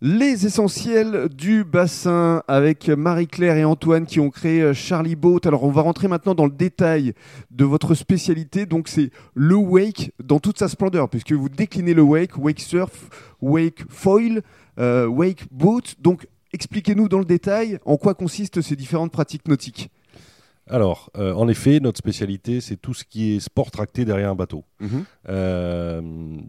Les essentiels du bassin avec Marie-Claire et Antoine qui ont créé euh, Charlie Boat. Alors on va rentrer maintenant dans le détail de votre spécialité. Donc c'est le wake dans toute sa splendeur puisque vous déclinez le wake, wake surf, wake foil, euh, wake boat. Donc expliquez-nous dans le détail en quoi consistent ces différentes pratiques nautiques. Alors, euh, en effet, notre spécialité, c'est tout ce qui est sport tracté derrière un bateau. Mhm. Euh,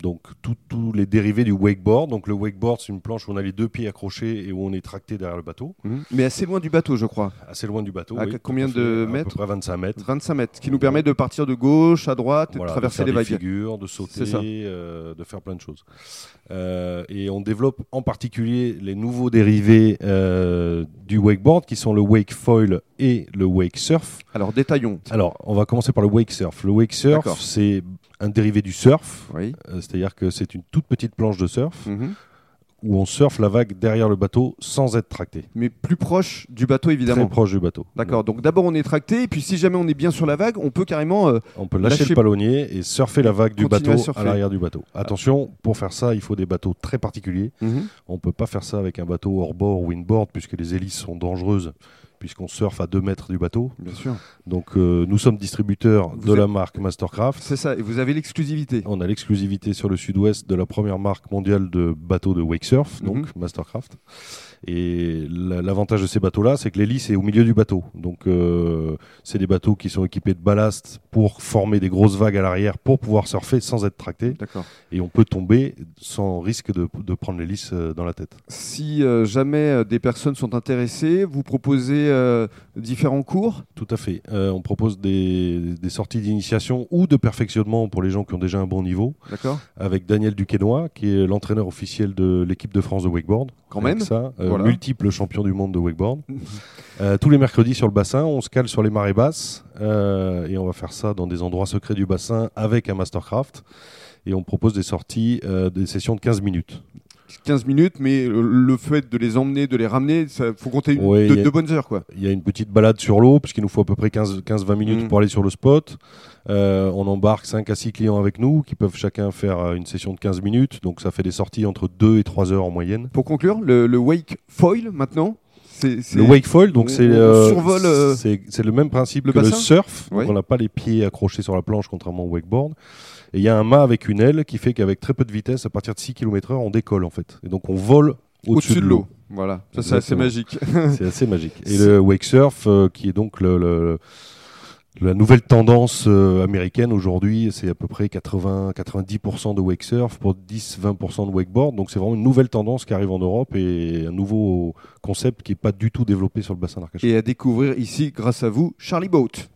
donc, tout- tous les dérivés du wakeboard. Donc, le wakeboard, c'est une planche où on a les deux pieds accrochés et où on est tracté derrière le bateau, Mhm. Mais assez loin du bateau je crois. assez loin du bateau. À oui. combien Tout à de fait, mètres À peu près 25 mètres. 25 mètres qui nous permet de partir de gauche à droite et Voilà, de traverser de les faire des vagues. figures, de C'est ça. sauter, euh, de faire plein de choses. Euh, et on développe en particulier les nouveaux dérivés euh, du wakeboard qui sont le wake foil et le wake surf. Alors détaillons. Alors, on va commencer par le wake surf. Le wake D'accord. surf, c'est un dérivé du surf. Oui. Euh, C'est-à-dire que c'est une toute petite planche de surf Mhm. où on surfe la vague derrière le bateau sans être tracté. Mais plus proche du bateau évidemment. Très proche du bateau. D'accord, donc d'abord on est tracté, et puis si jamais on est bien sur la vague, on peut carrément. euh, On peut lâcher, Lâcher- le palonnier et surfer la vague du Continuer à bateau à, surfer. Ah. l'arrière du bateau. Attention, pour faire ça, il faut des bateaux très particuliers. Mhm. On ne peut pas faire ça avec un bateau hors bord ou inboard puisque les hélices sont dangereuses puisqu'on surfe à 2 mètres du bateau. Bien sûr. Donc euh, nous sommes distributeurs Vous de êtes- la marque Mastercraft. C'est ça, et vous avez l'exclusivité. On a l'exclusivité sur le sud-ouest de la première marque mondiale de bateaux de wake surf, donc Mastercraft. Et la- l'avantage de ces bateaux-là, c'est que l'hélice est au milieu du bateau. Donc, euh, c'est des bateaux qui sont équipés de ballast pour former des grosses vagues à l'arrière pour pouvoir surfer sans être tracté. D'accord. Et on peut tomber sans risque de, de prendre l'hélice euh, dans la tête. Si euh, jamais euh, des personnes sont intéressées, vous proposez euh, différents cours. Tout à fait. Euh, on propose des, des sorties d'initiation ou de perfectionnement pour les gens qui ont déjà un bon niveau D'accord. avec Daniel Duquesnoy, qui est l'entraîneur officiel de l'équipe de France de wakeboard. Quand Rien même. que ça, euh, Voilà. multiple champion du monde de wakeboard. Euh, tous les mercredis sur le bassin, on se cale sur les marées basses euh, et on va faire ça dans des endroits secrets du bassin avec un Mastercraft. Et on propose des sorties, euh, des sessions de 15 minutes. 15 minutes, mais euh, le fait de les emmener, de les ramener, il faut compter une- Ouais, deux, y a- deux bonnes heures. quoi. Il y a une petite balade sur l'eau, puisqu'il nous faut à peu près 15 15-20 minutes Mm. pour aller sur le spot. Euh, on embarque 5 à 6 clients avec nous qui peuvent chacun faire euh, une session de 15 minutes. Donc ça fait des sorties entre 2 et 3 heures en moyenne. Pour conclure, le, le wake foil maintenant, c'est c'est- Le wake foil, donc on- c'est on euh, survole, euh, c'est c'est le même principe le que bassin le surf. Donc Ouais. On n'a pas les pieds accrochés sur la planche contrairement au wakeboard. Et il y a un mât avec une aile qui fait qu'avec très peu de vitesse, à partir de 6 km/h, on décolle en fait. Et donc on vole au-dessus de l'eau. Voilà, ça c'est assez Exactement. magique. C'est assez magique. Et le wake surf, euh, qui est donc le, le- la nouvelle tendance euh, américaine aujourd'hui, c'est à peu près 80-90% de wake surf pour 10-20% de wakeboard. Donc c'est vraiment une nouvelle tendance qui arrive en Europe et un nouveau concept qui n'est pas du tout développé sur le bassin d'Arcachon. Et à découvrir ici, grâce à vous, Charlie Boat.